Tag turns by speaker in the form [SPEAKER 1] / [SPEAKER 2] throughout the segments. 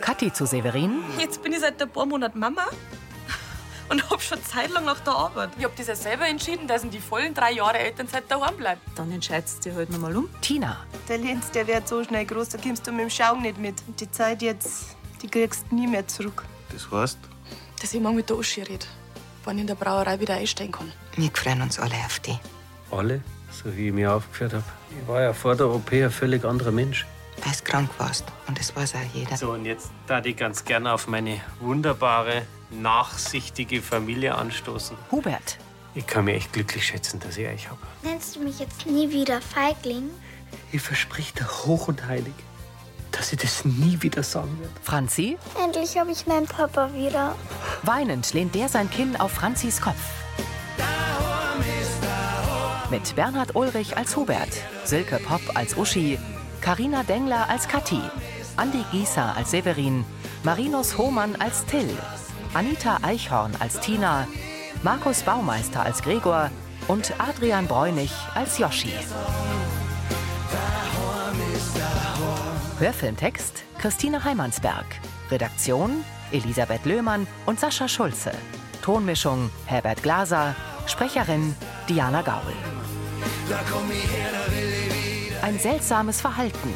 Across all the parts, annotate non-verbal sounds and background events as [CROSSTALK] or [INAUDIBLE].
[SPEAKER 1] Kathi zu Severin,
[SPEAKER 2] Jetzt bin ich seit ein paar Monaten Mama [LAUGHS] und hab schon zeitlang nach der Arbeit.
[SPEAKER 3] Ich hab das ja selber entschieden, dass ich die vollen drei Jahre Elternzeit daheim bleibe.
[SPEAKER 4] Dann entscheidest du dich halt nochmal um.
[SPEAKER 1] Tina,
[SPEAKER 5] Der Lenz, der wird so schnell groß, da kommst du mit dem Schauen nicht mit. Und die Zeit jetzt, die kriegst du nie mehr zurück.
[SPEAKER 6] Das heißt,
[SPEAKER 3] Dass ich morgen mit der Uschi rede, wann ich in der Brauerei wieder einsteigen kann.
[SPEAKER 7] Wir freuen uns alle auf die.
[SPEAKER 8] Alle, so wie ich mich aufgeführt habe. Ich war ja vor der OP ein völlig anderer Mensch.
[SPEAKER 7] Weil du krank warst. Und das weiß auch jeder.
[SPEAKER 8] So, und jetzt da ich ganz gern auf meine wunderbare, nachsichtige Familie anstoßen.
[SPEAKER 1] Hubert,
[SPEAKER 8] Ich kann mich echt glücklich schätzen, dass ich euch habe.
[SPEAKER 9] Nennst du mich jetzt nie wieder Feigling?
[SPEAKER 8] Ich versprich dir hoch und heilig, dass ich das nie wieder sagen werde.
[SPEAKER 1] Franzi,
[SPEAKER 9] Endlich habe ich meinen Papa wieder.
[SPEAKER 1] weinend lehnt der sein Kinn auf Franzis Kopf. Mit Bernhard Ulrich als Hubert, Silke Popp als Uschi, Karina Dengler als Kathi, Andi Gieser als Severin, Marinus Hohmann als Till, Anita Eichhorn als Tina, Markus Baumeister als Gregor und Adrian Bräunig als Joschi. Hörfilmtext Christine Heimansberg. Redaktion Elisabeth Löhmann und Sascha Schulze. Tonmischung Herbert Glaser. Sprecherin Diana Gaul. Ein seltsames Verhalten.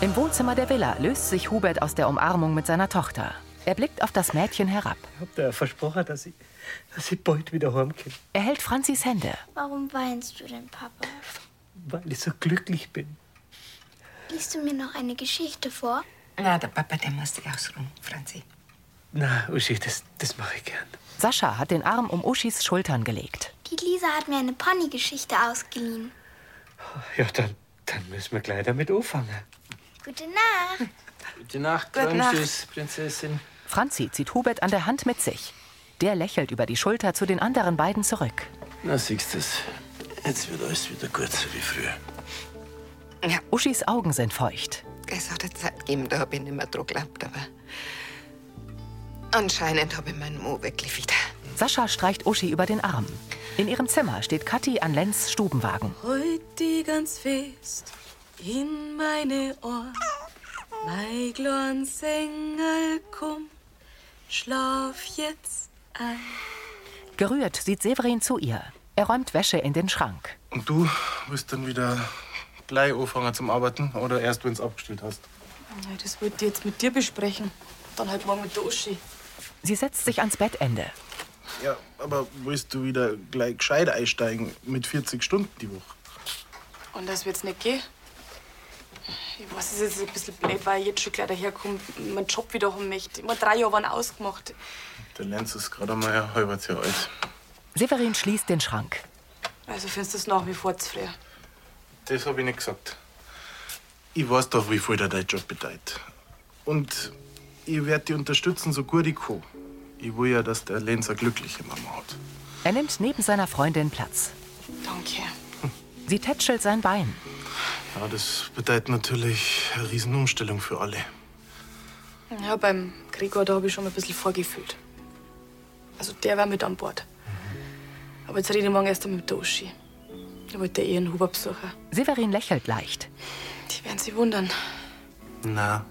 [SPEAKER 1] Im Wohnzimmer der Villa löst sich Hubert aus der Umarmung mit seiner Tochter. Er blickt auf das Mädchen herab.
[SPEAKER 8] Ich hab dir versprochen, dass ich, dass ich bald wieder heimkomme,
[SPEAKER 1] Er hält Franzis Hände.
[SPEAKER 9] Warum weinst du denn, Papa?
[SPEAKER 8] weil ich so glücklich bin.
[SPEAKER 9] Liest du mir noch eine Geschichte vor?
[SPEAKER 7] Na, der Papa, der muss dich ausruhen, Franzi.
[SPEAKER 8] Na, Uschi, das, das mache ich gern.
[SPEAKER 1] Sascha hat den Arm um Uschis Schultern gelegt.
[SPEAKER 9] Die Lisa hat mir eine Pony-Geschichte ausgeliehen.
[SPEAKER 8] Ja, dann, dann müssen wir gleich damit anfangen.
[SPEAKER 9] Gute Nacht.
[SPEAKER 6] gute Nacht,
[SPEAKER 7] Gute
[SPEAKER 6] träumst
[SPEAKER 7] Nacht.
[SPEAKER 6] du's, Prinzessin.
[SPEAKER 1] Franzi zieht Hubert an der Hand mit sich. Der lächelt über die Schulter zu den anderen beiden zurück.
[SPEAKER 6] Na, siehst du's. Jetzt wird alles wieder gut, so wie früher.
[SPEAKER 1] Uschis Augen sind feucht.
[SPEAKER 7] Es hat eine Zeit gegeben, da habe ich nicht mehr dran geglaubt, aber anscheinend habe ich meinen Mo wirklich wieder.
[SPEAKER 1] Sascha streicht Uschi über den Arm. In ihrem Zimmer steht Kathi an Lenz Stubenwagen.
[SPEAKER 3] Heut Halt die ganz fest in meine Ohr. Mein kleinen Engel, komm, schlaf jetzt ein.
[SPEAKER 1] Gerührt sieht Severin zu ihr. Er räumt Wäsche in den Schrank.
[SPEAKER 10] Und du wirst dann wieder gleich anfangen zum Arbeiten oder erst, wenn's abgestellt hast?
[SPEAKER 3] Ja, das wollte ich jetzt mit dir besprechen. Dann halt morgen mit der Uschi.
[SPEAKER 1] Sie setzt sich ans Bettende.
[SPEAKER 10] Ja, aber willst du wieder gleich gescheit einsteigen mit 40 Stunden die Woche?
[SPEAKER 3] Und das wird's nicht gehen? Ich weiß, es ist jetzt ein bisschen blöd, weil ich jetzt schon gleich daherkomme, meinen Job wieder haben möchte. Immer drei Jahre waren ausgemacht.
[SPEAKER 10] Der Lenz ist gerade mal ein halbes Jahr alt.
[SPEAKER 1] Severin schließt den Schrank.
[SPEAKER 3] Also findest du es nach wie vor zu früh.
[SPEAKER 10] Das habe ich nicht gesagt. Ich weiß doch, wie viel dir dein Job bedeutet. Und ich werde dich unterstützen, so gut ich kann. Ich will ja, dass der Lenz eine glückliche Mama hat.
[SPEAKER 1] Er nimmt neben seiner Freundin Platz.
[SPEAKER 3] Danke.
[SPEAKER 1] Sie tätschelt sein Bein.
[SPEAKER 10] Ja, das bedeutet natürlich eine Riesenumstellung für alle.
[SPEAKER 3] Ja, beim Gregor, da habe ich schon mal ein bisschen vorgefühlt. Also der war mit an Bord. Aber jetzt rede ich morgen erst einmal mit der Uschi. Ich wollte eh einen Huber besuchen.
[SPEAKER 1] Severin lächelt leicht.
[SPEAKER 3] Die werden sich wundern.
[SPEAKER 10] Na,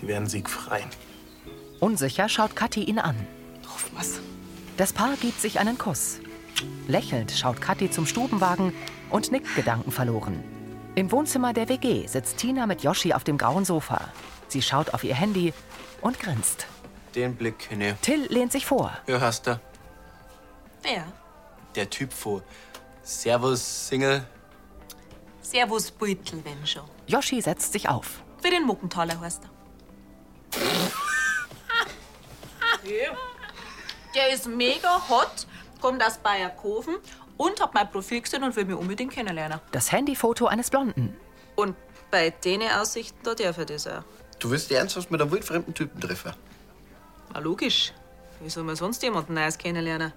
[SPEAKER 10] die werden sich freien.
[SPEAKER 1] Unsicher schaut Kathi ihn an.
[SPEAKER 3] Hoffen wir's.
[SPEAKER 1] Das Paar gibt sich einen Kuss. Lächelnd schaut Kathi zum Stubenwagen und nickt gedankenverloren. Im Wohnzimmer der WG sitzt Tina mit Yoshi auf dem grauen Sofa. Sie schaut auf ihr Handy und grinst.
[SPEAKER 6] Den Blick kenne
[SPEAKER 1] Till lehnt sich vor.
[SPEAKER 6] ich. Ja, hast du.
[SPEAKER 4] Wer?
[SPEAKER 6] Der Typ von Servus, Single.
[SPEAKER 4] Servus Beutel, wenn schon.
[SPEAKER 1] Yoshi setzt sich auf.
[SPEAKER 4] Für den Muckenthaler heißt er. [LAUGHS] Der ist mega hot, kommt aus Bayerkofen und hat mein Profil gesehen und will mich unbedingt kennenlernen.
[SPEAKER 1] Das Handyfoto eines Blonden.
[SPEAKER 4] Und bei den Aussichten, da darf er das auch.
[SPEAKER 6] Du willst dich ernsthaft mit einem wildfremden Typen treffen?
[SPEAKER 4] Na, logisch. Wie soll man sonst jemanden Neues kennenlernen?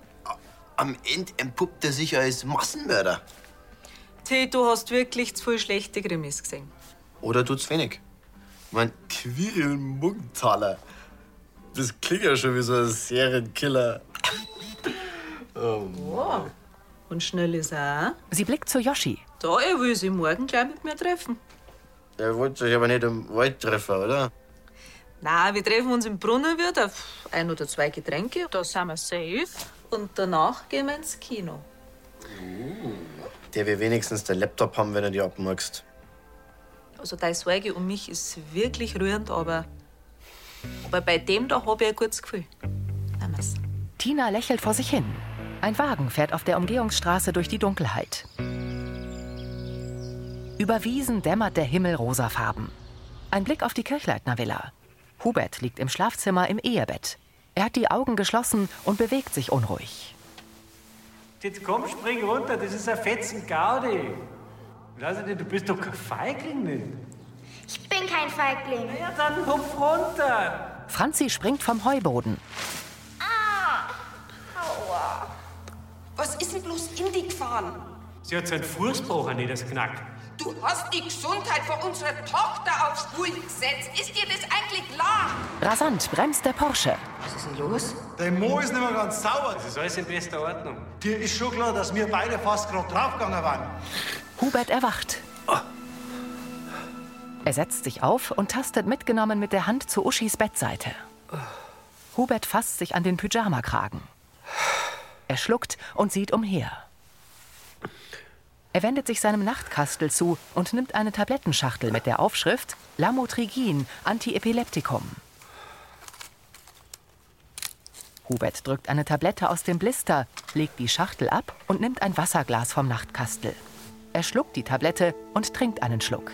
[SPEAKER 6] Am Ende entpuppt er sich als Massenmörder.
[SPEAKER 4] Till, du hast wirklich zu viel schlechte Krimis gesehen.
[SPEAKER 6] Oder tut's wenig? Mein Quiril Muggenthaler. Das klingt ja schon wie so ein Serienkiller. Oh.
[SPEAKER 4] Und schnell ist er auch.
[SPEAKER 1] Sie blickt zu Yoshi.
[SPEAKER 4] Da, er will sie morgen gleich mit mir treffen.
[SPEAKER 6] Ihr wollt euch aber nicht im Wald treffen, oder?
[SPEAKER 4] Na, wir treffen uns im Brunnen wieder. Ein oder zwei Getränke, da sind wir safe. Und danach gehen wir ins Kino.
[SPEAKER 6] Oh. Der will wenigstens den Laptop haben, wenn er die abmagst.
[SPEAKER 4] Also deine Sorge um mich ist wirklich rührend, aber, aber bei dem da habe ich ein gutes Gefühl. Namens.
[SPEAKER 1] Tina lächelt vor sich hin. Ein Wagen fährt auf der Umgehungsstraße durch die Dunkelheit. Über Wiesen dämmert der Himmel rosafarben. Ein Blick auf die Kirchleitner Villa. Hubert liegt im Schlafzimmer im Ehebett. Er hat die Augen geschlossen und bewegt sich unruhig.
[SPEAKER 11] Jetzt komm, spring runter, das ist ein Fetzen Gaudi. Lass dich, du bist doch kein Feigling nicht.
[SPEAKER 9] Ich bin kein Feigling.
[SPEAKER 11] Ja, dann hupf runter.
[SPEAKER 1] Franzi springt vom Heuboden.
[SPEAKER 12] Ah, aua. Was ist denn bloß in die gefahren?
[SPEAKER 11] Sie hat seinen Fußbruch nicht das Knack.
[SPEAKER 12] Du hast die Gesundheit von unserer Tochter aufs Spiel gesetzt. Ist dir das eigentlich klar?
[SPEAKER 1] Rasant bremst der Porsche.
[SPEAKER 7] Was ist denn los?
[SPEAKER 13] Dein Mo ist nicht mehr ganz sauer.
[SPEAKER 11] Das ist alles in bester Ordnung.
[SPEAKER 13] Dir ist schon klar, dass wir beide fast gerade draufgegangen waren.
[SPEAKER 1] Hubert erwacht. Er setzt sich auf und tastet mitgenommen mit der Hand zu Uschis Bettseite. Hubert fasst sich an den Pyjamakragen. Er schluckt und sieht umher. Er wendet sich seinem Nachtkastel zu und nimmt eine Tablettenschachtel mit der Aufschrift Lamotrigin Antiepileptikum. Hubert drückt eine Tablette aus dem Blister, legt die Schachtel ab und nimmt ein Wasserglas vom Nachtkastel. Er schluckt die Tablette und trinkt einen Schluck.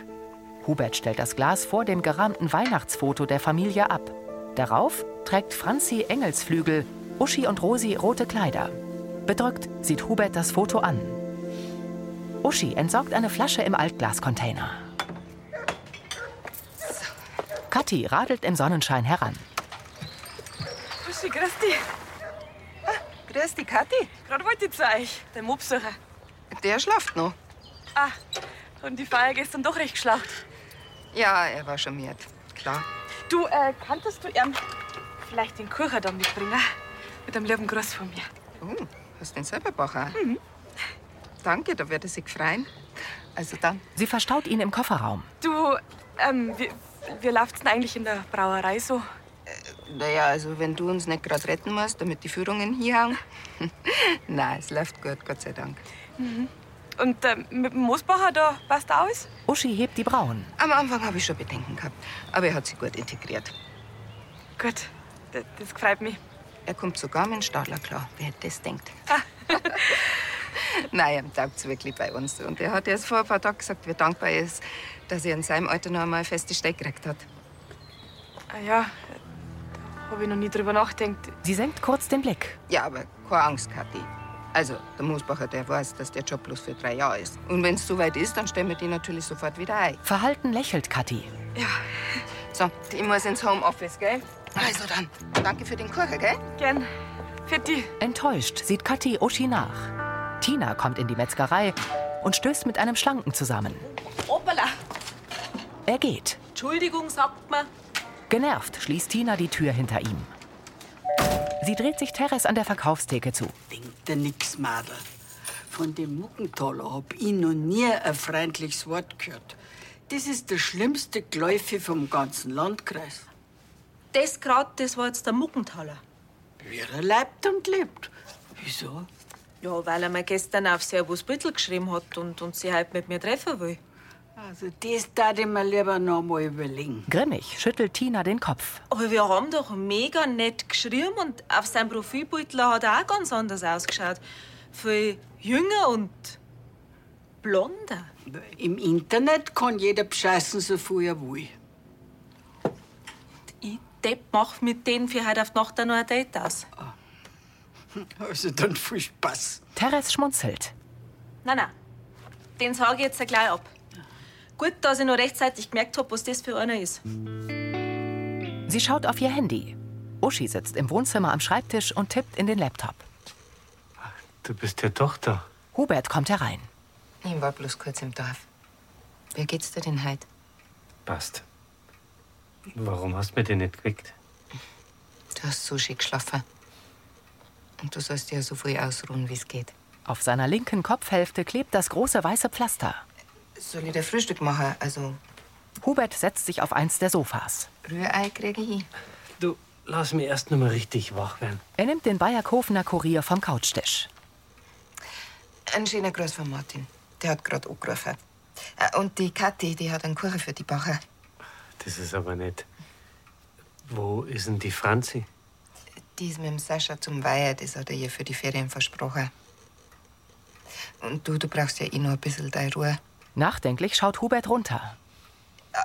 [SPEAKER 1] Hubert stellt das Glas vor dem gerahmten Weihnachtsfoto der Familie ab. Darauf trägt Franzi Engelsflügel, Uschi und Rosi rote Kleider. Bedrückt sieht Hubert das Foto an. Uschi entsorgt eine Flasche im Altglascontainer. Kathi radelt im Sonnenschein heran.
[SPEAKER 2] Uschi, grüß dich.
[SPEAKER 5] Ah, grüß dich, Kathi.
[SPEAKER 2] Gerade wollte ich zu euch, der Mopsucher.
[SPEAKER 7] Der schlaft noch.
[SPEAKER 2] Ah, und die Feier gestern doch recht geschlacht.
[SPEAKER 7] Ja, er war charmiert. Klar.
[SPEAKER 2] Du, äh, kanntest du
[SPEAKER 3] ähm,
[SPEAKER 2] ihm vielleicht den Kuchen da mitbringen? Mit einem lieben Gruß von mir.
[SPEAKER 7] Oh, hast den selber gebacken? Mhm. Danke, da wird er sich freuen. Also dann.
[SPEAKER 1] Sie verstaut ihn im Kofferraum.
[SPEAKER 2] Du, ähm, wie, wie läuft's denn eigentlich in der Brauerei so?
[SPEAKER 7] Naja, also wenn du uns nicht gerade retten musst, damit die Führungen hier hängen. [LAUGHS] Nein, es läuft gut, Gott sei Dank.
[SPEAKER 2] Mhm. Und äh, mit dem Moosbacher da passt alles?
[SPEAKER 1] Uschi hebt die Brauen.
[SPEAKER 7] Am Anfang habe ich schon Bedenken gehabt, aber er hat sie gut integriert.
[SPEAKER 2] Gut, das, das freut mich.
[SPEAKER 7] Er kommt sogar mit dem Stadler klar, wer hätte
[SPEAKER 2] [LAUGHS]
[SPEAKER 7] das denkt. Nein, er taugt wirklich bei uns. Und er hat erst vor ein paar Tagen gesagt, wie dankbar er ist, dass er in seinem Alter noch einmal eine feste Stelle gekriegt hat.
[SPEAKER 2] Ah ja, habe ich noch nie drüber nachgedacht.
[SPEAKER 1] Sie senkt kurz den Blick.
[SPEAKER 7] Ja, aber keine Angst, Kathi. Also, der Moosbacher, der weiß, dass der Job bloß für drei Jahre ist. Und wenn es soweit ist, dann stellen wir die natürlich sofort wieder ein.
[SPEAKER 1] Verhalten lächelt Kathi.
[SPEAKER 7] Ja. So, ich muss ins Homeoffice, gell? Also dann, danke für den Kuchen, gell?
[SPEAKER 2] Gern. Für die.
[SPEAKER 1] Enttäuscht sieht Kathi Uschi nach. Tina kommt in die Metzgerei und stößt mit einem Schlanken zusammen.
[SPEAKER 4] Hoppala,
[SPEAKER 1] Er geht.
[SPEAKER 4] Entschuldigung, sagt man.
[SPEAKER 1] Genervt schließt Tina die Tür hinter ihm. Sie dreht sich Teres an der Verkaufstheke zu.
[SPEAKER 14] Der nix, Madel. Von dem Muckenthaler hab ich noch nie ein freundliches Wort gehört. Das ist der schlimmste Gläufe vom ganzen Landkreis.
[SPEAKER 4] Das grad, das war jetzt der Muckenthaler.
[SPEAKER 14] Wie er lebt und lebt. Wieso?
[SPEAKER 4] Ja, weil er mir gestern auf Servus Büttel geschrieben hat und, und sie halt mit mir treffen will.
[SPEAKER 14] Also, das darf ich mir lieber noch mal überlegen.
[SPEAKER 1] Grimmig schüttelt Tina den Kopf.
[SPEAKER 4] Aber wir haben doch mega nett geschrieben und auf seinem Profilbeutel hat er auch ganz anders ausgeschaut. Viel jünger und blonder.
[SPEAKER 14] Im Internet kann jeder bescheißen, so viel er will.
[SPEAKER 4] Ich Depp mach mit denen für heute auf die Nacht auch noch ein Date aus.
[SPEAKER 14] Also, dann viel Spaß.
[SPEAKER 1] Teres schmunzelt.
[SPEAKER 4] Nein, nein. Den sage ich jetzt ja gleich ab. Gut, dass ich noch rechtzeitig gemerkt habe, was das für einer ist.
[SPEAKER 1] Sie schaut auf ihr Handy. Uschi sitzt im Wohnzimmer am Schreibtisch und tippt in den Laptop.
[SPEAKER 8] Du bist ja Tochter.
[SPEAKER 1] Hubert kommt herein.
[SPEAKER 7] Ich war bloß kurz im Dorf. Wie geht's dir denn heute?
[SPEAKER 8] Passt. Warum hast du mir den nicht gekriegt?
[SPEAKER 7] Du hast so schick geschlafen. Und du sollst dir ja so früh ausruhen, wie es geht.
[SPEAKER 1] Auf seiner linken Kopfhälfte klebt das große weiße Pflaster.
[SPEAKER 7] Soll ich dir Frühstück machen? Also
[SPEAKER 1] Hubert setzt sich auf eins der Sofas.
[SPEAKER 7] Rührei kriege ich hin.
[SPEAKER 8] Du, lass mich erst noch mal richtig wach werden.
[SPEAKER 1] Er nimmt den Bayerkofener Kurier vom Couchtisch.
[SPEAKER 7] Ein schöner Gruß von Martin. Der hat gerade angerufen. Äh, Und die Kathi, die hat einen Kuchen für die Bacher.
[SPEAKER 8] Das ist aber nett. Wo ist denn die Franzi?
[SPEAKER 7] Die ist mit dem Sascha zum Weiher, das hat er ihr für die Ferien versprochen. Und du, du brauchst ja eh noch ein bisschen deine Ruhe.
[SPEAKER 1] Nachdenklich schaut Hubert runter.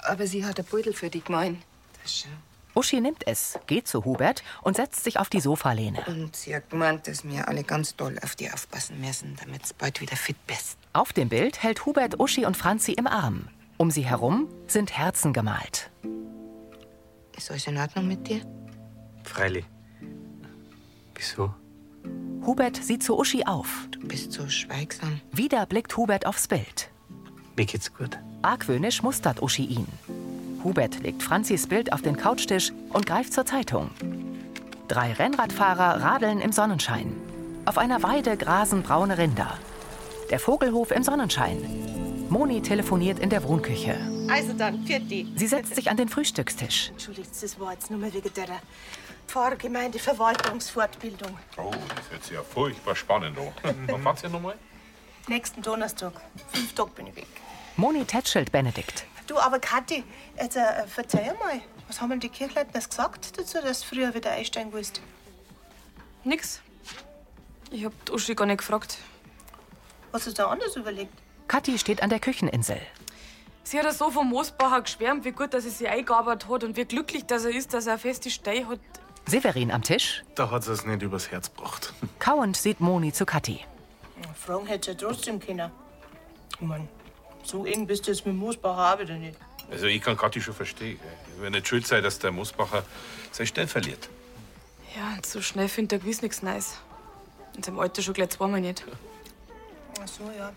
[SPEAKER 7] Aber sie hat ein Beutel für dich gemein. Das ist schön.
[SPEAKER 1] Uschi nimmt es, geht zu Hubert und setzt sich auf die Sofalehne.
[SPEAKER 7] Und sie hat gemeint, dass wir alle ganz doll auf die aufpassen müssen, damit du bald wieder fit bist.
[SPEAKER 1] Auf dem Bild hält Hubert Uschi und Franzi im Arm. Um sie herum sind Herzen gemalt.
[SPEAKER 7] Ist alles in Ordnung mit dir?
[SPEAKER 8] Freilich. Wieso?
[SPEAKER 1] Hubert sieht zu Uschi auf.
[SPEAKER 7] Du bist so schweigsam.
[SPEAKER 1] Wieder blickt Hubert aufs Bild.
[SPEAKER 8] Mir geht's gut.
[SPEAKER 1] Argwöhnisch mustert Uschi ihn. Hubert legt Franzis Bild auf den Couchtisch und greift zur Zeitung. Drei Rennradfahrer radeln im Sonnenschein. Auf einer Weide grasen braune Rinder. Der Vogelhof im Sonnenschein. Moni telefoniert in der Wohnküche.
[SPEAKER 5] Also dann, Pfirti.
[SPEAKER 1] Sie setzt sich an den Frühstückstisch.
[SPEAKER 5] Entschuldigt, das war jetzt nur mal wegen der Pfarrgemeinde Verwaltungsfortbildung.
[SPEAKER 15] Oh, das hört sich ja furchtbar [LAUGHS] spannend an. Wann macht's ihr nochmal?
[SPEAKER 5] Nächsten Donnerstag. Fünf Tage bin ich weg.
[SPEAKER 1] Moni tätschelt Benedikt.
[SPEAKER 5] Du, aber Kathi, jetzt äh, erzähl mal, was haben denn die Kirchleitners gesagt dazu, dass du früher wieder einsteigen willst?
[SPEAKER 3] Nix. Ich hab die Uschi gar nicht gefragt.
[SPEAKER 5] Hast du da anders überlegt?
[SPEAKER 1] Kathi steht an der Kücheninsel.
[SPEAKER 3] Sie hat ja so vom Moosbacher geschwärmt, wie gut, dass er sie eingearbeitet hat und wie glücklich, dass er ist, dass er eine feste Stelle hat.
[SPEAKER 1] Severin am Tisch.
[SPEAKER 10] Da hat sie es nicht übers Herz gebracht.
[SPEAKER 1] Kauend sieht Moni zu Kathi.
[SPEAKER 5] Ja, Fragen hättest du ja trotzdem können. Ich mein, so eng bist du jetzt mit Moosbacher auch wieder nicht.
[SPEAKER 15] Also ich kann Kathi schon verstehen. gell. Ich will nicht schuld sein, dass der Musbacher seine Stelle verliert.
[SPEAKER 3] Ja, so schnell findet er gewiss nichts Neues. In seinem Alter schon gleich zweimal nicht.
[SPEAKER 5] Ach so, ja.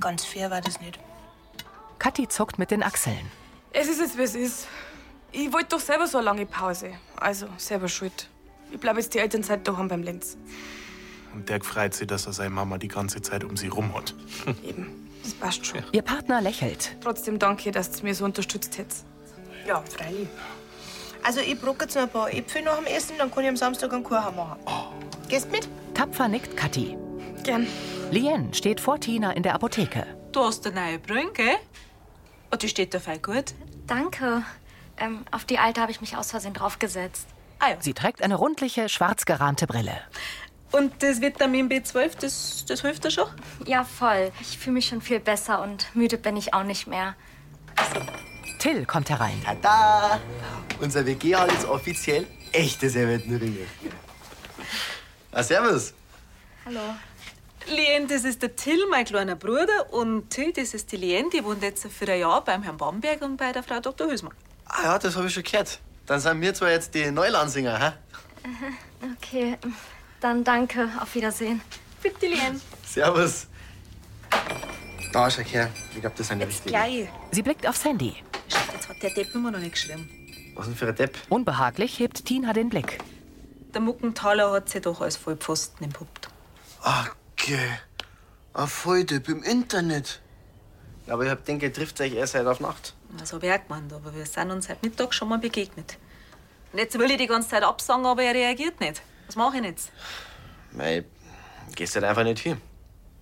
[SPEAKER 5] Ganz fair war das nicht.
[SPEAKER 1] Kathi zuckt mit den Achseln.
[SPEAKER 3] Es ist jetzt, wie es ist. Ich wollte doch selber so eine lange Pause. Also, selber schuld. Ich bleib jetzt die Elternzeit daheim beim Lenz.
[SPEAKER 10] Und der freut sich, dass er seine Mama die ganze Zeit um sie rum hat.
[SPEAKER 3] Eben. Das passt schon.
[SPEAKER 1] Ihr Partner lächelt.
[SPEAKER 3] Trotzdem danke, dass du mir so unterstützt hättest.
[SPEAKER 5] Ja, freilich. Also, ich brauche jetzt noch ein paar Äpfel nach dem Essen, dann kann ich am Samstag einen Kuchen machen. Gehst mit?
[SPEAKER 1] Tapfer nickt Kathi.
[SPEAKER 3] Gern.
[SPEAKER 1] Lien steht vor Tina in der Apotheke.
[SPEAKER 4] Du hast eine neue Brille, gell? Und die steht dir voll gut.
[SPEAKER 9] Danke. Ähm, auf die alte habe ich mich aus Versehen draufgesetzt.
[SPEAKER 1] Sie trägt eine rundliche, schwarz gerahmte Brille.
[SPEAKER 4] Und das Vitamin B12, das, das hilft dir schon?
[SPEAKER 9] Ja, voll. Ich fühle mich schon viel besser und müde bin ich auch nicht mehr.
[SPEAKER 1] Till kommt herein.
[SPEAKER 16] Tada! Unser WG-Hall ist offiziell echte Servettenringe. Ah, servus.
[SPEAKER 9] Hallo.
[SPEAKER 4] Lien, das ist der Till, mein kleiner Bruder. Und Till, das ist die Lien, die wohnt jetzt für ein Jahr beim Herrn Bamberg und bei der Frau Dr. Hüsmann.
[SPEAKER 16] Ah ja, das habe ich schon gehört. Dann sind wir zwar jetzt die Neulansinger, hä?
[SPEAKER 9] Äh, [LAUGHS] Okay, dann danke. Auf Wiedersehen. Bitte, Lien.
[SPEAKER 16] Servus. Da ist er her. Ich glaube, das sind die richtigen.
[SPEAKER 4] Gleich.
[SPEAKER 1] Sie blickt aufs Handy.
[SPEAKER 4] Jetzt hat der Depp immer noch nicht geschrieben.
[SPEAKER 16] Was denn für ein Depp?
[SPEAKER 1] Unbehaglich hebt Tina den Blick.
[SPEAKER 4] Der Muckenthaler hat sich doch als Vollpfosten entpuppt.
[SPEAKER 16] Ah, Okay. Ein Volldepp im Internet. Aber ich hab denke, ihr trifft euch erst halt auf Nacht.
[SPEAKER 4] Das hab ich auch gemeint, aber wir sind uns heute Mittag schon mal begegnet. Und jetzt will ich die ganze Zeit absagen, aber er reagiert nicht. Was mache ich jetzt?
[SPEAKER 16] Mei, gehst halt einfach nicht hin.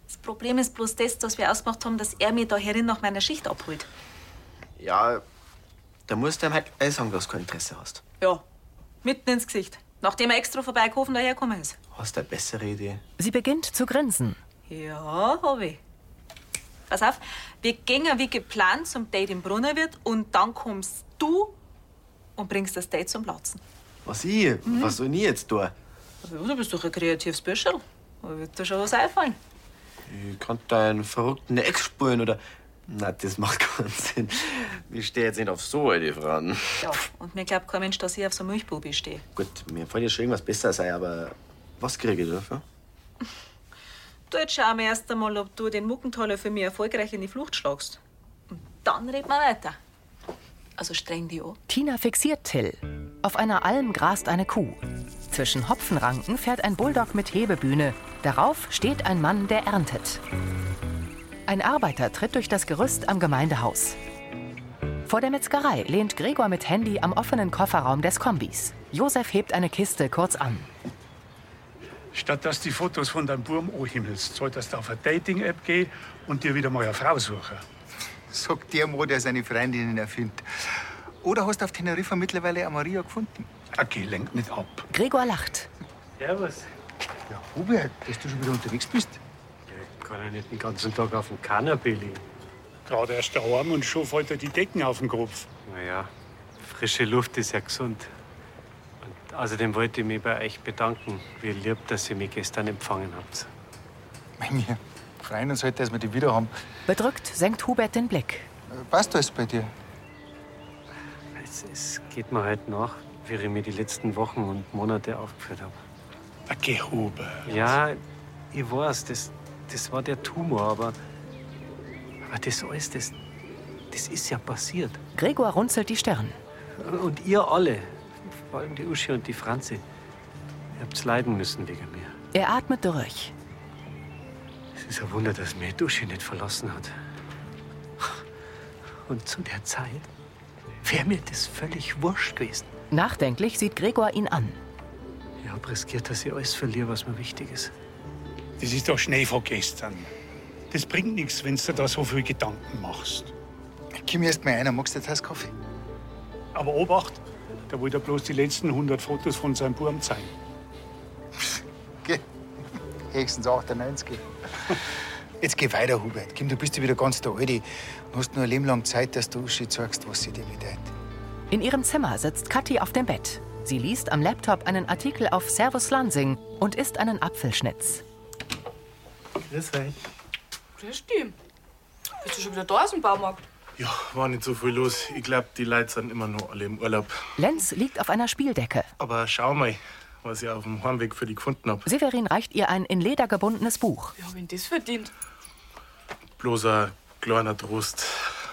[SPEAKER 4] Das Problem ist bloß das, dass wir ausgemacht haben, dass er mich da herin nach meiner Schicht abholt.
[SPEAKER 16] Ja, da musst du ihm halt gleich sagen, dass du kein Interesse hast.
[SPEAKER 4] Ja, mitten ins Gesicht. Nachdem er extra vorbei Kofen dahergekommen ist.
[SPEAKER 16] Hast du eine bessere Idee?
[SPEAKER 1] Sie beginnt zu grinsen.
[SPEAKER 4] Ja, hab ich. Pass auf, wir gehen ja wie geplant zum Date im Brunnerwirt und dann kommst du und bringst das Date zum Platzen.
[SPEAKER 16] Was ich?
[SPEAKER 4] Mhm.
[SPEAKER 16] Was soll ich jetzt tun?
[SPEAKER 4] Ja, du bist doch ein kreatives Büschel. Da wird dir schon was einfallen.
[SPEAKER 16] Ich kann deinen verrückten Ex spulen oder. Na, das macht [LAUGHS] keinen Sinn. Wir stehen jetzt nicht auf so alte Fragen.
[SPEAKER 4] Ja, und mir glaubt kein Mensch, dass ich auf so einem Milchbubi stehe.
[SPEAKER 16] Gut, mir fällt jetzt schon irgendwas Besseres ein, aber was kriege ich dafür?
[SPEAKER 4] Du, jetzt schauen wir erst einmal, ob du den Muckenthaler für mich erfolgreich in die Flucht schlagst. Und dann reden wir weiter. Also streng dich an.
[SPEAKER 1] Tina fixiert Till. Auf einer Alm grast eine Kuh. Zwischen Hopfenranken fährt ein Bulldog mit Hebebühne. Darauf steht ein Mann, der erntet. Ein Arbeiter tritt durch das Gerüst am Gemeindehaus. Vor der Metzgerei lehnt Gregor mit Handy am offenen Kofferraum des Kombis. Josef hebt eine Kiste kurz an.
[SPEAKER 17] Statt dass die Fotos von deinem Burm anhimmelst, solltest du auf eine Dating-App gehen und dir wieder mal eine Frau suchen.
[SPEAKER 18] Sagt der Mann, der seine Freundinnen erfindet. Oder hast du auf Teneriffa mittlerweile eine Maria gefunden?
[SPEAKER 17] Okay, lenk nicht ab.
[SPEAKER 1] Gregor lacht.
[SPEAKER 8] Servus.
[SPEAKER 18] Ja, Hubert, dass du schon wieder unterwegs bist.
[SPEAKER 8] Kann ja nicht den ganzen Tag auf dem Kanapé liegen.
[SPEAKER 17] Gerade erst daheim und schon fällt dir die Decken auf den Kopf.
[SPEAKER 8] Naja, frische Luft ist ja gesund. Und außerdem wollte ich mich bei euch bedanken, wie lieb, dass ihr mich gestern empfangen habt.
[SPEAKER 18] Wir freuen uns heute, dass wir dich wieder haben. Äh,
[SPEAKER 1] Bedrückt senkt Hubert den Blick.
[SPEAKER 18] Passt alles bei dir?
[SPEAKER 8] Es, es geht mir halt nach, wie ich mir die letzten Wochen und Monate aufgeführt habe.
[SPEAKER 17] Ein Gehobe.
[SPEAKER 8] Ja, ich weiß, das, das war der Tumor, aber, aber das alles, das, das ist ja passiert.
[SPEAKER 1] Gregor runzelt die Stirn.
[SPEAKER 8] Und ihr alle, vor allem die Uschi und die Franzi, ihr habt's leiden müssen wegen mir.
[SPEAKER 1] Er atmet durch.
[SPEAKER 8] Es ist ein Wunder, dass mir die Uschi nicht verlassen hat. Und zu der Zeit wäre mir das völlig wurscht gewesen.
[SPEAKER 1] Nachdenklich sieht Gregor ihn an.
[SPEAKER 8] Ich hab riskiert, dass ich alles verliere, was mir wichtig ist.
[SPEAKER 17] Das ist doch Schnee von gestern. Das bringt nichts, wenn du da so viel Gedanken machst.
[SPEAKER 18] Gib mir erst mal einer, magst du eine Tasse Kaffee?
[SPEAKER 17] Aber Obacht, da wollte er bloß die letzten 100 Fotos von seinem Burm zeigen.
[SPEAKER 18] [LAUGHS] Geh. Höchstens 98. Jetzt geh weiter, Hubert. Kim, du bist ja wieder ganz der Alte und hast nur ein Leben lang Zeit, dass du Uschi zeigst, was sie dir bedeutet.
[SPEAKER 1] In ihrem Zimmer sitzt Kathi auf dem Bett. Sie liest am Laptop einen Artikel auf Servus Lansing und isst einen Apfelschnitz.
[SPEAKER 8] Grüß euch.
[SPEAKER 3] Grüß dich. Bist du schon wieder da aus dem Baumarkt?
[SPEAKER 10] Ja, war nicht so viel los. Ich glaube, die Leute sind immer nur alle im Urlaub.
[SPEAKER 1] Lenz liegt auf einer Spieldecke.
[SPEAKER 10] Aber schau mal, was ich auf dem Heimweg für die gefunden hab.
[SPEAKER 1] Severin reicht ihr ein in Leder gebundenes Buch.
[SPEAKER 3] Wie hab ich das verdient?
[SPEAKER 10] Bloß ein kleiner Trost,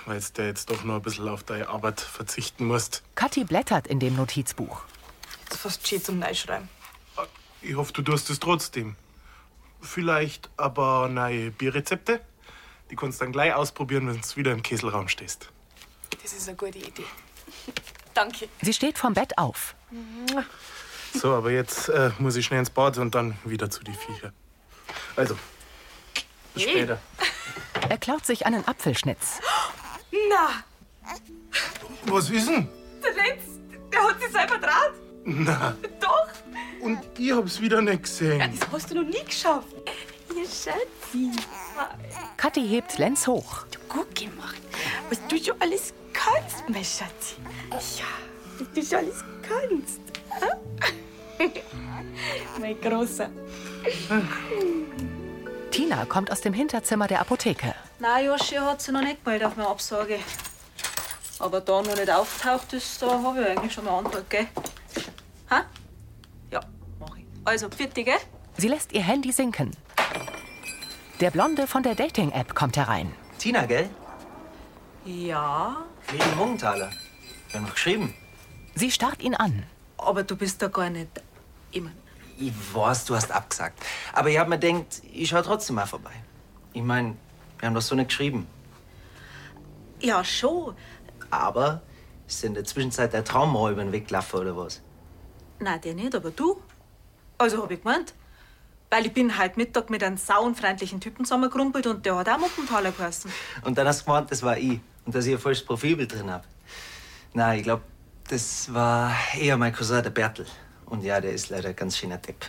[SPEAKER 10] weil du jetzt doch noch ein bisschen auf deine Arbeit verzichten musst.
[SPEAKER 1] Kathi blättert in dem Notizbuch.
[SPEAKER 3] Jetzt fast schön zum Neischreiben.
[SPEAKER 10] Ich hoffe, du tust es trotzdem. Vielleicht aber neue Bierrezepte? Die kannst du dann gleich ausprobieren, wenn du wieder im Kesselraum stehst.
[SPEAKER 3] Das ist eine gute Idee. Danke.
[SPEAKER 1] Sie steht vom Bett auf.
[SPEAKER 10] So, aber jetzt äh, muss ich schnell ins Bad und dann wieder zu die Viecher. Also, bis
[SPEAKER 3] Hey.
[SPEAKER 10] später.
[SPEAKER 1] [LAUGHS] Er klaut sich einen Apfelschnitz.
[SPEAKER 2] Na,
[SPEAKER 10] Was ist denn?
[SPEAKER 2] der Lenz, der hat sich selber draht.
[SPEAKER 10] Na,
[SPEAKER 2] Doch,
[SPEAKER 10] und ich hab's wieder nicht gesehen.
[SPEAKER 2] das hast du noch nie geschafft. Ihr Schatzi.
[SPEAKER 1] Kathi hebt Lenz hoch.
[SPEAKER 2] Gut gemacht. Was du schon alles kannst, mein Schatzi. Ja, was du schon alles
[SPEAKER 3] [LAUGHS]
[SPEAKER 2] kannst. mein Großer.
[SPEAKER 1] Tina kommt aus dem Hinterzimmer der Apotheke.
[SPEAKER 4] Na, Joschi hat sie noch nicht gemeldet auf meine Absage. Aber da noch nicht auftaucht ist, da habe ich eigentlich schon eine Antwort, gell? Ha? Ja, mach ich. Also, vierte, gell?
[SPEAKER 1] Sie lässt ihr Handy sinken. Der Blonde von der Dating-App kommt herein.
[SPEAKER 19] Tina, gell?
[SPEAKER 4] Ja.
[SPEAKER 19] Wegen Mungenthaler. Wir haben noch geschrieben.
[SPEAKER 1] Sie starrt ihn an.
[SPEAKER 4] Aber du bist da gar nicht.
[SPEAKER 19] Ich weiß, du hast abgesagt. Aber ich hab mir gedacht, ich schau trotzdem mal vorbei. Ich mein, wir haben doch so nicht geschrieben.
[SPEAKER 4] Ja, schon.
[SPEAKER 19] Aber ist in der Zwischenzeit der Traum auch über den Weg gelaufen, oder was?
[SPEAKER 4] Nein, der nicht, aber du. Also hab ich gemeint. Weil ich bin heute Mittag mit einem sauenfreundlichen Typen zusammengerumpelt und der hat auch Muckenthaler geheißen.
[SPEAKER 19] Und dann hast du gemeint, das war ich. Und dass ich ein falsches Profilbild drin hab. Nein, ich glaub, das war eher mein Cousin, der Bertel. Und ja, der ist leider ein ganz schöner Depp.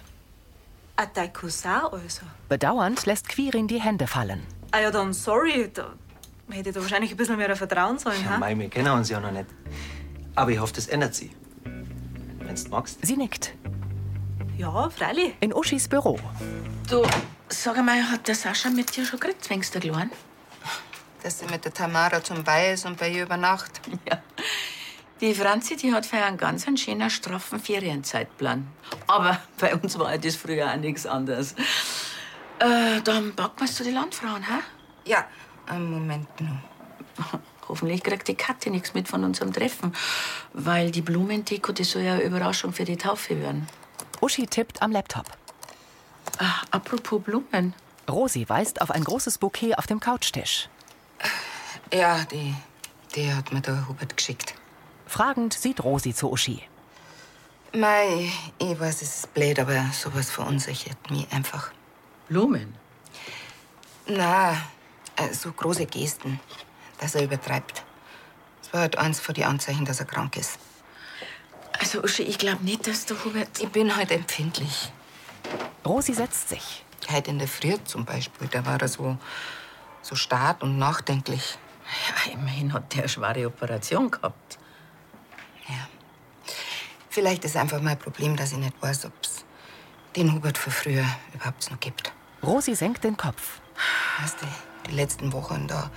[SPEAKER 4] Ah, dein Cousin also.
[SPEAKER 1] Bedauernd lässt Quirin die Hände fallen.
[SPEAKER 4] Ah ja, dann sorry. Da hätte ich da wahrscheinlich ein bisschen mehr Vertrauen sollen,
[SPEAKER 19] Ja,
[SPEAKER 1] Ah.
[SPEAKER 4] ha?
[SPEAKER 19] mei, wir kennen uns ja noch nicht. Aber ich hoffe, das ändert sich. Wenn's du magst.
[SPEAKER 1] Sie nickt.
[SPEAKER 4] Ja, freilich.
[SPEAKER 1] In Uschis Büro.
[SPEAKER 20] Du, sag mal, hat der Sascha mit dir schon geredet, wenn's der Kleinen?
[SPEAKER 7] Dass sie mit der Tamara zum Bay ist und bei ihr
[SPEAKER 20] [LAUGHS]
[SPEAKER 7] übernacht.
[SPEAKER 20] Die Franzi, die hat für einen ganz einen schönen, straffen Ferienzeitplan. Aber [LAUGHS] bei uns war das früher auch nichts anderes. Äh, dann packen wir's zu den Landfrauen, hä? Ja, einen Moment noch. [LAUGHS] Hoffentlich kriegt die Katte nichts mit von unserem Treffen, weil die Blumendeko, die soll ja eine Überraschung für die Taufe werden.
[SPEAKER 1] Uschi tippt am Laptop.
[SPEAKER 7] Ah,
[SPEAKER 20] apropos Blumen.
[SPEAKER 1] Rosi weist auf ein großes Bouquet auf dem Couchtisch.
[SPEAKER 7] Ja, die, Die hat mir der Hubert geschickt.
[SPEAKER 1] Fragend sieht Rosi zu Uschi.
[SPEAKER 7] Mei, ich weiß, es ist blöd, aber sowas verunsichert mich einfach.
[SPEAKER 20] Blumen?
[SPEAKER 7] Na, äh, so große Gesten, dass er übertreibt. Es war halt eins von die Anzeichen, dass er krank ist.
[SPEAKER 20] Also, Uschi, ich glaube nicht, dass der Hubert.
[SPEAKER 7] Ich bin halt empfindlich.
[SPEAKER 1] Rosi setzt sich.
[SPEAKER 7] Heute in der Früh zum Beispiel, da war er so, so stark und nachdenklich.
[SPEAKER 20] Ja, immerhin hat der eine schwere Operation gehabt.
[SPEAKER 7] Vielleicht ist einfach mein Problem, dass ich nicht weiß, ob's den Hubert von früher überhaupt noch gibt.
[SPEAKER 1] Rosi senkt den Kopf.
[SPEAKER 7] Weißt du, die letzten Wochen da,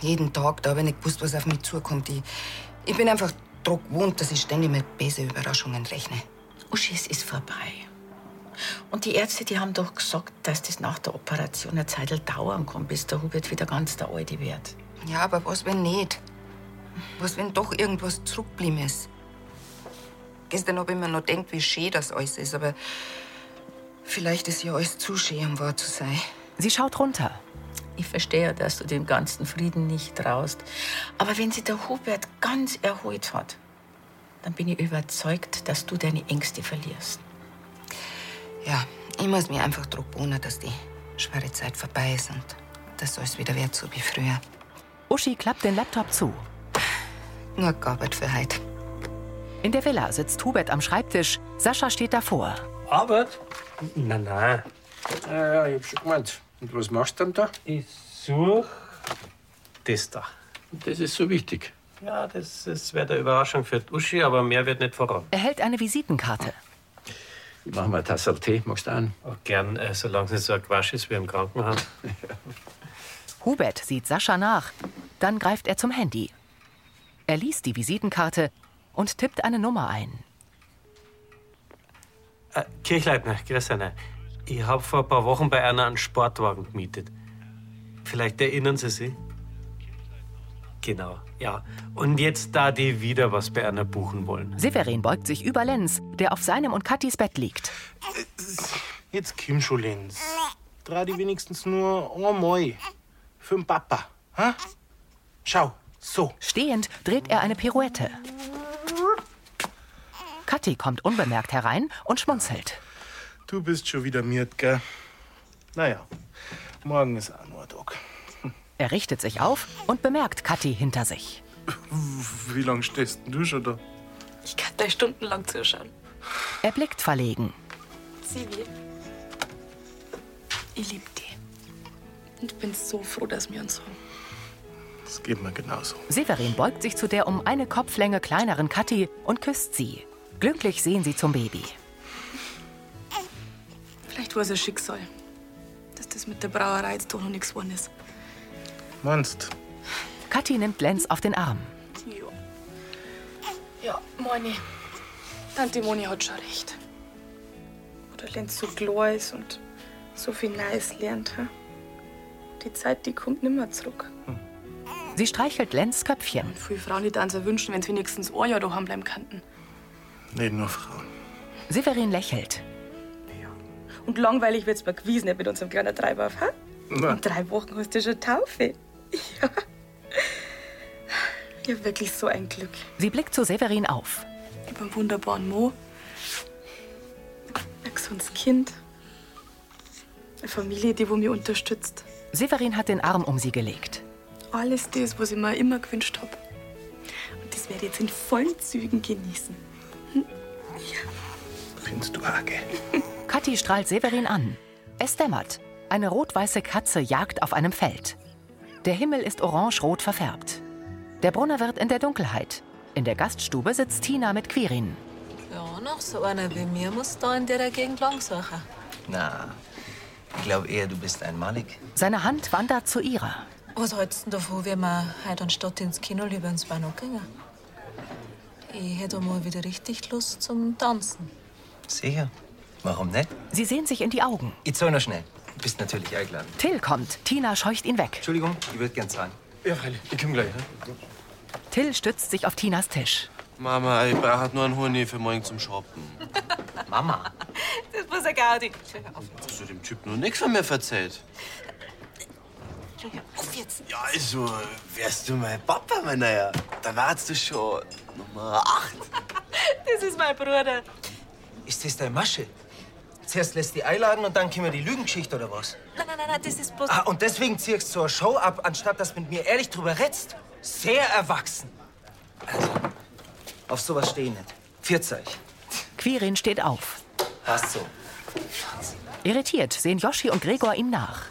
[SPEAKER 7] jeden Tag, da habe ich nicht gewusst, was auf mich zukommt. Ich, ich bin einfach druck gewohnt, dass ich ständig mit bösen Überraschungen rechne.
[SPEAKER 20] Uschi, es ist vorbei. Und die Ärzte, die haben doch gesagt, dass das nach der Operation eine Zeit dauern kann, bis der Hubert wieder ganz der Alte wird.
[SPEAKER 7] Ja, aber was, wenn nicht? Was, wenn doch irgendwas zurückgeblieben ist? Gestern habe ich mir noch gedacht, wie schön das alles ist, aber vielleicht ist ja alles zu schön, um wahr zu sein.
[SPEAKER 1] Sie schaut runter.
[SPEAKER 20] Ich verstehe, dass du dem ganzen Frieden nicht traust. Aber wenn sich der Hubert ganz erholt hat, dann bin ich überzeugt, dass du deine Ängste verlierst.
[SPEAKER 7] Ja, ich muss mir einfach Druck ohne, dass die schwere Zeit vorbei ist und dass alles wieder wird so wie früher.
[SPEAKER 1] Uschi klappt den Laptop zu.
[SPEAKER 7] Nur gearbeitet für heute.
[SPEAKER 1] In der Villa sitzt Hubert am Schreibtisch. Sascha steht davor.
[SPEAKER 8] Arbeit? Na, na. Ja, ja, ich hab schon gemeint. Und was machst du denn da? Ich suche das da.
[SPEAKER 21] Das ist so wichtig.
[SPEAKER 8] Ja, das, das wäre eine Überraschung für die Uschi, aber mehr wird nicht voran.
[SPEAKER 1] Er hält eine Visitenkarte.
[SPEAKER 8] Ich mache mal eine Tasse Tee. Magst du einen? Auch gern, äh, solange es nicht so ein Quatsch ist wie im Krankenhaus.
[SPEAKER 1] Hubert sieht Sascha nach. Dann greift er zum Handy. Er liest die Visitenkarte und tippt eine Nummer ein.
[SPEAKER 8] Äh, Kirchleitner, grüß einer. Ich habe vor ein paar Wochen bei einer einen Sportwagen gemietet. Vielleicht erinnern Sie sich? Genau, ja. Und jetzt da die wieder was bei einer buchen wollen.
[SPEAKER 1] Severin beugt sich über Lenz, der auf seinem und Katis Bett liegt.
[SPEAKER 10] Jetzt komm schon, Lenz. Dreh die wenigstens nur einmal. Für den Papa. Ha? Schau, so.
[SPEAKER 1] Stehend dreht er eine Pirouette. Kathi kommt unbemerkt herein und schmunzelt.
[SPEAKER 10] Du bist schon wieder miert, gell? Naja, morgen ist auch nur ein Tag.
[SPEAKER 1] Er richtet sich auf und bemerkt Kathi hinter sich.
[SPEAKER 10] Wie lange stehst denn du schon da?
[SPEAKER 3] Ich kann da stundenlang zuschauen.
[SPEAKER 1] Er blickt verlegen.
[SPEAKER 3] Sivi, ich liebe dich. Und ich bin so froh, dass wir uns haben.
[SPEAKER 10] Das geht mir genauso.
[SPEAKER 1] Severin beugt sich zu der um eine Kopflänge kleineren Kathi und küsst sie. Glücklich sehen sie zum Baby.
[SPEAKER 3] Vielleicht war es ein Schicksal, dass das mit der Brauerei jetzt doch noch nichts geworden ist.
[SPEAKER 10] Meinst?
[SPEAKER 1] Kathi nimmt Lenz auf den Arm.
[SPEAKER 3] Ja. Ja, meine. Tante Moni hat schon recht. Oder Lenz so klar ist und so viel Neues lernt. He? Die Zeit, die kommt nimmer zurück.
[SPEAKER 1] Sie streichelt Lenz Köpfchen.
[SPEAKER 3] Viele Frauen, die uns wünschen, wenn sie wenigstens ein Jahr daheim bleiben könnten.
[SPEAKER 10] Nicht nur Frauen.
[SPEAKER 1] Severin lächelt.
[SPEAKER 3] Und langweilig wird's mir gewesen nicht mit unserem kleinen Treiber. He? In drei Wochen hast du schon Taufe. [LAUGHS] Ja. Ja, wirklich so ein Glück.
[SPEAKER 1] Sie blickt zu Severin auf.
[SPEAKER 3] Über einen wunderbaren Mo. Ein gesundes Kind. Eine Familie, die wo mir unterstützt.
[SPEAKER 1] Severin hat den Arm um sie gelegt.
[SPEAKER 3] Alles das, was ich mir immer gewünscht habe. Und das werde ich jetzt in vollen Zügen genießen.
[SPEAKER 10] Findest du auch, gell?
[SPEAKER 1] Kathi strahlt Severin an. Es dämmert. Eine rot-weiße Katze jagt auf einem Feld. Der Himmel ist orange-rot verfärbt. Der Brunner wird in der Dunkelheit. In der Gaststube sitzt Tina mit Quirin.
[SPEAKER 4] Ja, noch so einer wie mir muss da in der Gegend lang suchen.
[SPEAKER 19] Na, ich glaube eher, du bist einmalig.
[SPEAKER 1] Seine Hand wandert zu ihrer.
[SPEAKER 4] Was hältst du denn davon, wenn wir heute anstatt ins Kino lieber ins Bahnhof gehen? Ich hätte mal wieder richtig Lust zum Tanzen.
[SPEAKER 19] Sicher. Warum nicht?
[SPEAKER 1] Sie sehen sich in die Augen.
[SPEAKER 19] Ich zahl noch schnell. Du bist natürlich eingeladen.
[SPEAKER 1] Till kommt. Tina scheucht ihn weg.
[SPEAKER 19] Entschuldigung, ich würde gern zahlen.
[SPEAKER 22] Ja, freilich. Ich komm gleich.
[SPEAKER 1] Till stützt sich auf Tinas Tisch.
[SPEAKER 16] Mama, ich brauche nur einen Honig für morgen zum Shoppen.
[SPEAKER 19] Mama?
[SPEAKER 4] [LAUGHS] Das muss ein Gaudi. Schau auf.
[SPEAKER 16] Hast du dem Typ nur nichts von mir verzählt?
[SPEAKER 4] Schau auf.
[SPEAKER 7] jetzt.
[SPEAKER 6] Ja, also, wärst du mein Papa, mein Neuer, dann wärst du schon Nummer 8.
[SPEAKER 4] Das ist mein Bruder.
[SPEAKER 19] Ist das deine Masche? Zuerst lässt die einladen und dann können wir die Lügengeschichte oder was?
[SPEAKER 4] Nein, nein, nein, nein, das ist bloß.
[SPEAKER 19] Ah, und deswegen ziehst du so eine Show ab, anstatt dass du mit mir ehrlich drüber redst? Sehr erwachsen. Also, auf sowas stehe ich nicht. Viert's euch.
[SPEAKER 1] Quirin steht auf.
[SPEAKER 19] Passt so.
[SPEAKER 1] Irritiert sehen Joschi und Gregor ihm nach.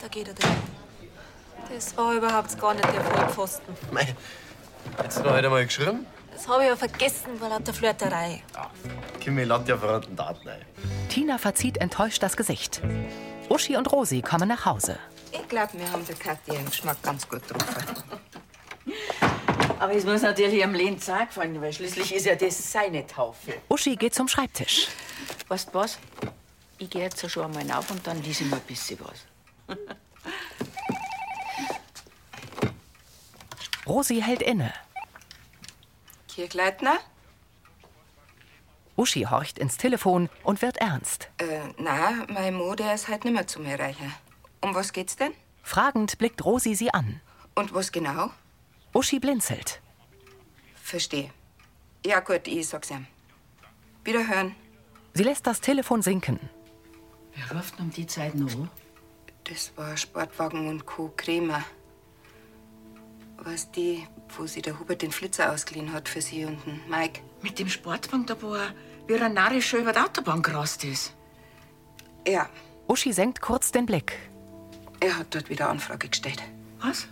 [SPEAKER 23] Da geht er drin. Das war überhaupt gar nicht der Vollpfosten.
[SPEAKER 6] Mei, hättest du noch heute mal geschrieben?
[SPEAKER 23] Das habe ich ja vergessen bei lauter Flirterei.
[SPEAKER 6] Kimmy lädt ja verraten Daten ein.
[SPEAKER 1] Tina verzieht enttäuscht das Gesicht. Uschi und Rosi kommen nach Hause.
[SPEAKER 7] Ich glaube, wir haben der Kathi ihren Geschmack ganz gut getroffen.
[SPEAKER 20] Aber es muss natürlich am Lehn Tag fallen, weil schließlich ist ja das seine Taufe.
[SPEAKER 1] Uschi geht zum Schreibtisch.
[SPEAKER 20] Weißt du was? Ich gehe jetzt schon einmal auf und dann lese ich mal ein bisschen was. [LAUGHS]
[SPEAKER 1] Rosi hält inne.
[SPEAKER 7] Kirchleitner?
[SPEAKER 1] Uschi horcht ins Telefon und wird ernst.
[SPEAKER 7] Äh, na, mein Mo, der ist halt nimmer zu mir reicher. Um was geht's denn?
[SPEAKER 1] Fragend blickt Rosi sie an.
[SPEAKER 7] Und was genau?
[SPEAKER 1] Uschi blinzelt.
[SPEAKER 7] Verstehe. Ja, gut, ich sag's ihm. Wiederhören.
[SPEAKER 1] Sie lässt das Telefon sinken.
[SPEAKER 20] Wer ruft um die Zeit noch an?
[SPEAKER 7] Das war Sportwagen und Co. Krämer. Was die, wo sie der Hubert den Flitzer ausgeliehen hat für sie und den Mike.
[SPEAKER 20] Mit dem Sportwagen da, wo er wie ein narrisch über die Autobahn gerast ist.
[SPEAKER 7] Ja,
[SPEAKER 1] Uschi senkt kurz den Blick.
[SPEAKER 7] er hat dort wieder Anfrage gestellt.
[SPEAKER 20] Was?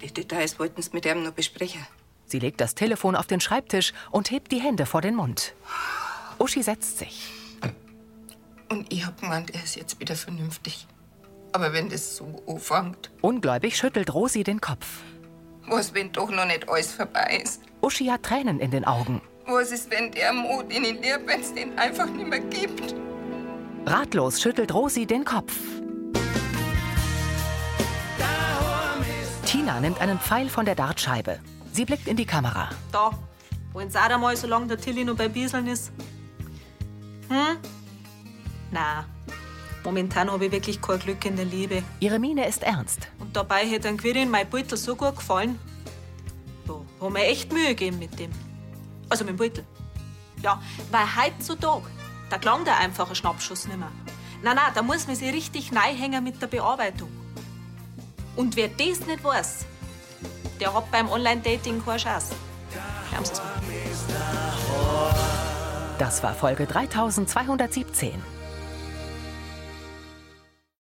[SPEAKER 7] Die Details wollten es mit ihm noch besprechen.
[SPEAKER 1] Sie legt das Telefon auf den Schreibtisch und hebt die Hände vor den Mund. Uschi setzt sich.
[SPEAKER 7] Und ich hab gemeint, er ist jetzt wieder vernünftig. Aber wenn das so anfängt,
[SPEAKER 1] Ungläubig schüttelt Rosi den Kopf.
[SPEAKER 7] was, wenn doch noch nicht alles vorbei ist?
[SPEAKER 1] Uschi hat Tränen in den Augen.
[SPEAKER 7] Was ist, wenn der Mo, den ich lieb, wenn's den einfach nicht mehr gibt?
[SPEAKER 1] Ratlos schüttelt Rosi den Kopf. Tina nimmt einen Pfeil von der Dartscheibe. Sie blickt in die Kamera.
[SPEAKER 4] Da. Wollen Sie auch einmal, solange der Tilly noch bei Bieseln ist? Hm? Na, momentan habe ich wirklich kein Glück in der Liebe.
[SPEAKER 1] Ihre Miene ist ernst.
[SPEAKER 4] Und dabei hätte ein Quirin mein Beutel so gut gefallen. Da haben wir echt Mühe gegeben mit dem. Also mit dem Beutel. Ja, weil heutzutage, da klang der einfache Schnappschuss nimmer. Nein, nein, da muss man sich richtig neihängen mit der Bearbeitung. Und wer das nicht weiß, der hat beim Online-Dating keine Chance. Glauben Sie es mir.
[SPEAKER 1] Das war Folge 3217.